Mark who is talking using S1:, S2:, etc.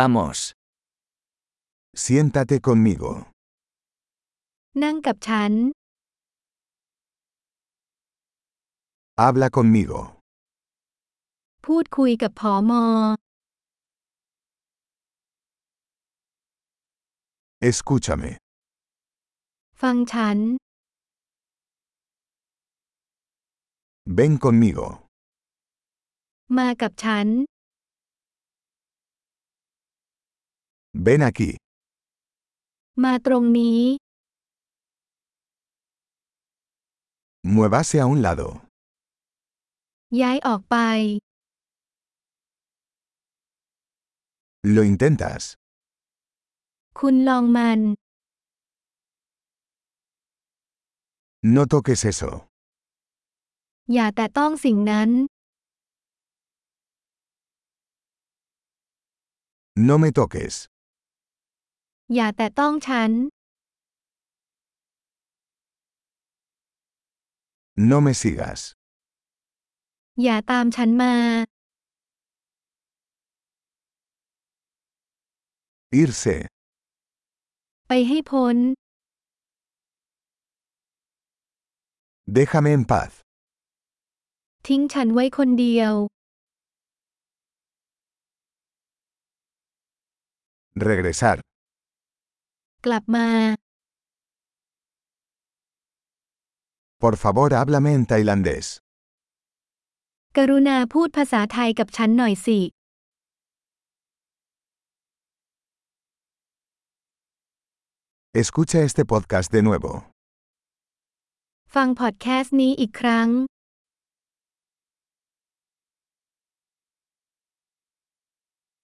S1: Vamos.
S2: Siéntate conmigo.
S3: นั่งกับฉัน
S2: Habla conmigo.
S3: พูดคุยกับผอมอ
S2: Escúchame.
S3: ฟังฉัน
S2: Ven conmigo.
S3: มากับฉัน
S2: Ven aquí.
S3: มาตรงนี้
S2: Muévase a un lado.
S3: ย้ายออกไป
S2: Lo intentas.
S3: คุณลองมัน
S2: No toques eso.
S3: อย่าแต่ต้องสิ่งนั้น
S2: No me toques.
S3: อย่าแต่ต้องฉัน
S2: No me sigas.
S3: อย่าตามฉันมา
S2: Irse.
S3: ไปให้พ้น
S2: Déjame en paz.
S3: ทิ้งฉันไว้คนเดียว
S2: Regresar.
S3: กลับมา
S2: Por favor, háblame en tailandés.
S3: กรุณาพูดภาษาไทยกับฉันหน่อยสิ
S2: Escucha este podcast de nuevo.
S3: ฟังพอดแคสต์นี้อีกครั้ง